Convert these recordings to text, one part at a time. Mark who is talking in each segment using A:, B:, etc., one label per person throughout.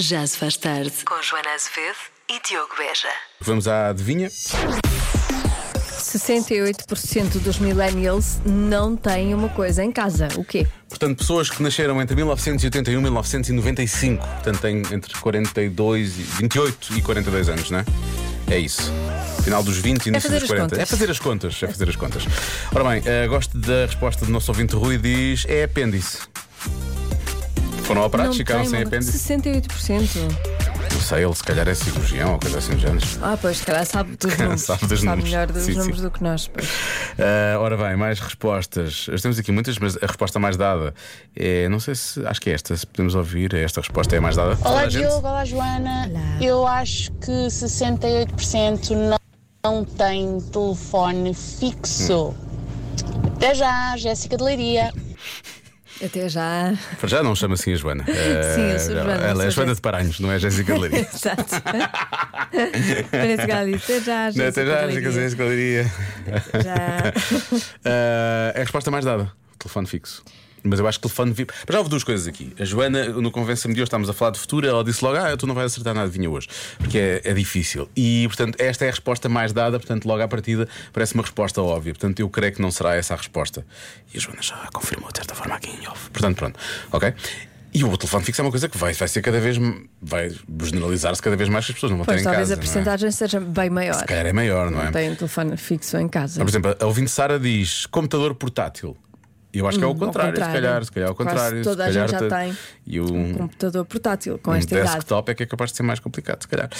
A: Já se faz tarde. Com Joana Azevedo e Diogo Beja.
B: Vamos à adivinha?
C: 68% dos millennials não têm uma coisa em casa. O quê?
B: Portanto, pessoas que nasceram entre 1981 e 1995. Portanto, têm entre 42 e 28 e 42 anos, não é? É isso. Final dos 20 e início
C: fazer as
B: dos 40.
C: contas.
B: É fazer as contas. É fazer as contas. Ora bem, eh, gosto da resposta do nosso ouvinte Rui diz: é apêndice. Foram ao prato,
C: não
B: ficaram
C: têm
B: sem
C: uma-
B: apêndice.
C: 68%.
B: Não sei, ele se calhar é cirurgião ou coisa assim de anos.
C: Ah, pois, se calhar sabe dos números.
B: Sabe dos números.
C: melhor dos
B: Sim,
C: números
B: sim.
C: do que nós. pois.
B: Ah, ora bem, mais respostas. Nós Temos aqui muitas, mas a resposta mais dada é. Não sei se. Acho que é esta. Se podemos ouvir, esta resposta é a mais dada. Toda
D: Olá
B: a gente?
D: Diogo, olá Joana.
C: Olá.
D: Eu acho que 68% não, não tem telefone fixo.
B: Hum.
D: Até já, Jéssica de Leiria.
C: Até já.
B: Para já não chama assim a Joana.
C: Sim, eu sou
B: Ah,
C: Joana, sou
B: Ela é a Joana
C: Jéssica.
B: de Paranhos, não é a Jéssica Laria.
C: Exato. Parece Gali. Até já.
B: Não,
C: Jéssica
B: Até já, assim.
C: Leiria.
B: Jéssica Jéssica Laria.
C: Já.
B: Ah, é a resposta mais dada: telefone fixo. Mas eu acho que telefone VIP. Mas já houve duas coisas aqui. A Joana, no Convença-me de hoje, estávamos a falar de futuro. Ela disse logo: Ah, tu não vais acertar nada, vinha hoje. Porque é, é difícil. E, portanto, esta é a resposta mais dada. Portanto, logo à partida, parece uma resposta óbvia. Portanto, eu creio que não será essa a resposta. E a Joana já confirmou, de certa forma, aqui em off. Portanto, pronto. Ok? E o telefone fixo é uma coisa que vai, vai ser cada vez. vai generalizar-se cada vez mais que as pessoas não vão ter
C: Pois
B: em
C: talvez
B: casa.
C: a
B: não é?
C: porcentagem seja bem maior.
B: Se calhar é maior, não é?
C: Não têm um telefone fixo em casa.
B: Por exemplo, a ouvinte Sara diz computador portátil. Eu acho que é o
C: Hum, ao
B: contrário,
C: contrário.
B: se calhar, se calhar é o
C: Quase
B: contrário. se
C: toda a
B: calhar
C: gente já
B: tá-
C: tem
B: E
C: Um
B: um,
C: computador portátil com
B: um
C: esta idade.
B: desktop é que é capaz de ser mais complicado, se calhar.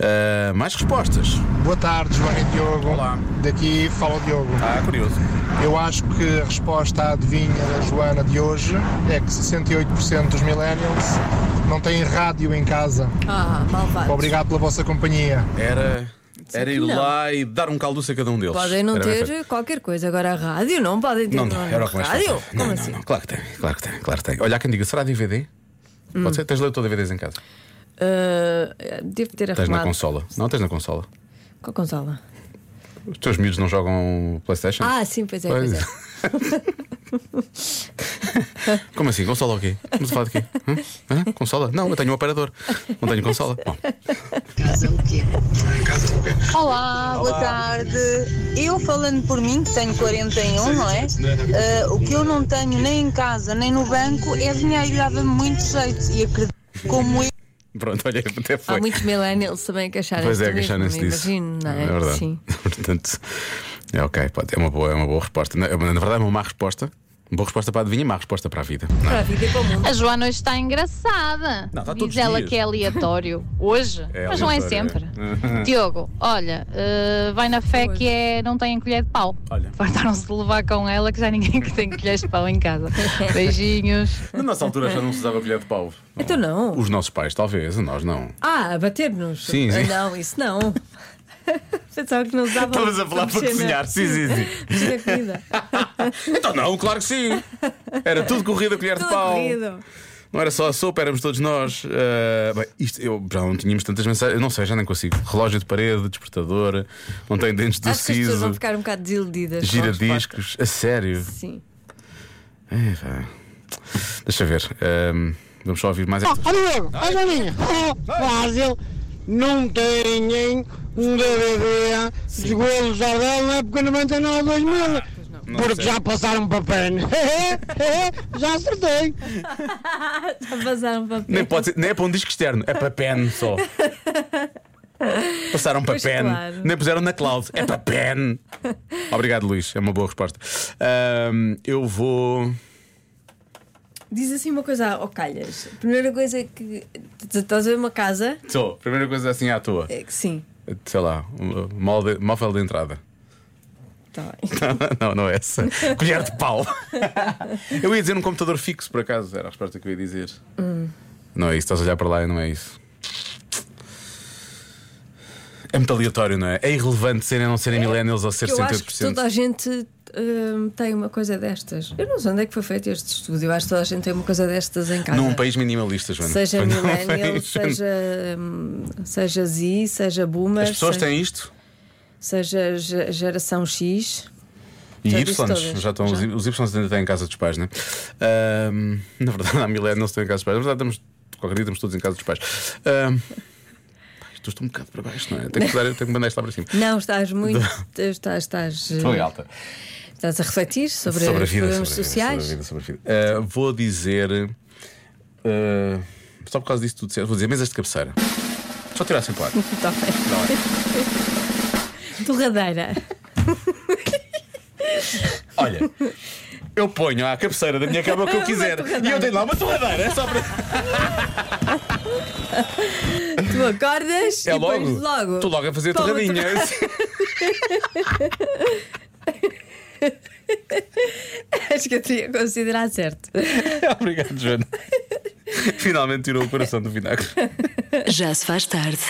B: Ah, mais respostas.
E: Boa tarde, Joana e Diogo.
B: Olá.
E: Daqui fala o Diogo.
B: Ah, curioso.
E: Eu acho que a resposta à adivinha da Joana de hoje é que 68% dos millennials não têm rádio em casa.
C: Ah, malvado.
E: Obrigado pela vossa companhia.
B: Era, era ir
C: que não.
B: lá e dar um caldoço a cada um deles.
C: Podem não
B: Era bem
C: ter
B: feito.
C: qualquer coisa. Agora a rádio não podem ter.
B: Não, não, era o que mais
C: rádio?
B: faltava.
C: Como
B: não,
C: assim?
B: Não, não, claro que tem, claro que tem, claro que tem. Olha, há quem diga, será DVD?
C: Hum.
B: Pode ser, tens leitor de DVDs em casa?
C: Ah, devo ter
B: Tens na
C: arrumado.
B: consola? Não, tens na consola.
C: Qual consola?
B: Os teus miúdos não jogam PlayStation?
C: Ah, sim, pois é,
B: Pois.
C: pois é.
B: Como assim? Consola o quê? Vamos a falar de quê? Hã? Hã? Consola? Não, eu tenho um operador. Não tenho consola. Bom,
F: Olá, boa tarde. Eu falando por mim, que tenho 41, não é? Eh, o que eu não tenho nem em casa nem no banco é dinheiro, dava-me muito jeito e acredito como eu.
B: pronto, olha, até foi.
C: Há muitos millennials também que acharam
B: é. Pois
C: isto
B: é,
C: mesmo,
B: queixarem-se disso.
C: Imagino, não é?
B: É verdade.
C: Sim.
B: Portanto, é ok, pode, é, uma boa, é uma boa resposta. Na, na verdade, é uma má resposta. Uma boa resposta para a adivinha, má resposta para a vida.
C: Para a vida e para o mundo.
G: A Joana hoje está engraçada.
B: Não, está todos
G: Diz
B: os
G: ela
B: dias.
G: que é aleatório. Hoje,
B: É
G: mas não é
B: aleatório,
G: sempre.
B: é.
G: Diogo, olha, eh, vai na fé que é, não têm colher de pau.
B: Olha.
G: Fartaram-se de levar com ela que já ninguém que tem colheres de pau em casa. Beijinhos.
B: Na nossa altura já não se usava colher de pau.
C: Então não.
B: Os nossos pais, talvez, nós não.
C: Ah, a bater-nos.
B: Sim, sim.
C: Ah, Não, isso não. Pensava que não usava.
B: Estavas a falar para
C: mexer na-
B: cozinhar. Sim, sim, sim.
C: mexer na comida.
B: Então, não, claro que sim. Era tudo corrido a colher de
C: Tudo
B: pau.
C: corrido.
B: Não era só a sopa, éramos todos nós. Ah, bem, isto, eu, já não tínhamos tantas mensagens. Eu não sei, já nem consigo. Relógio de parede, despertador, não tem dentes de
C: Acho que as pessoas vão
B: siso,
C: ficar um bocado desiludidas. com a
B: gira
C: resposta.
B: discos. A sério.
C: Sim.
B: É, pá. Deixa ver. Ahm, vamos só ouvir mais.
H: Ó Diogo, ó Joaninha, ó Fácil, não têm um DVD de golos Jardel na época 99 2000 porque já passaram para a pena. já acertei.
C: Já passaram para
B: Nem, pode ser- nem é para um disco externo, é para pen só. Passaram para
C: Pois
B: pen.
C: claro.
B: Nem puseram na cloud, é para pen. Obrigado, Luís. É uma boa resposta. Ahm, eu vou.
C: Diz assim uma coisa ao calhas. Primeira coisa é que. Estás a ver uma casa?
B: Sou, primeira coisa assim à toa.
C: É que sim.
B: Sei lá, um, mal de, móvel de entrada.
C: Tá bem.
B: não, não é essa. Colher de pau. eu ia dizer um computador fixo, por acaso, era a resposta que eu ia dizer.
C: Hum.
B: Não é isso, estás a olhar para lá e não é isso. É muito aleatório, não é? É irrelevante serem ou não serem millennials ou ser
C: É. Eu acho que
B: 68%.
C: toda a gente hum, tem uma coisa destas. Eu não sei onde é que foi feito este estudo. Eu acho que toda a gente tem uma coisa destas em casa.
B: Num país minimalista, Joana.
C: Seja
B: Num
C: millennial,
B: país-
C: seja, hum, seja Z, seja boomer,
B: As pessoas
C: seja,
B: têm isto
C: seja ge- geração X.
B: e
C: Já disse
B: Y.
C: todas.
B: Já estão, né? Os Y ainda têm em casa dos pais, não é? Ahm, na verdade, há millennials que têm em casa dos pais. Na verdade, estamos Qualquer dia estamos todos em casa dos pais. Ahm, pá, isto estou um bocado para baixo, não é? Tenho que, dar, tenho que mandar isto lá para cima.
C: Não, estás muito. Estás, estás, hum,
B: Estou em alta.
C: estás a refletir sobre,
B: Sobre a
C: os
B: vida,
C: problemas
B: sobre a vida,
C: sociais.
B: sobre a vida, sobre a vida. Ah, vou dizer. ah, só por causa disso tudo certo, vou dizer mesas de cabeceira. Só tirar assim, claro.
C: Tá bem. Torradeira.
B: Olha, eu ponho à cabeceira da minha cama o que eu quiser. E eu tenho lá uma torradeira. É só para.
C: Tu acordas
B: É
C: e
B: logo.
C: pões logo.
B: Estou logo a fazer
C: Toma
B: torradinha.
C: Acho que eu teria considerado certo.
B: Obrigado, Joana. Finalmente tirou o coração do vinagre.
A: Já se faz tarde.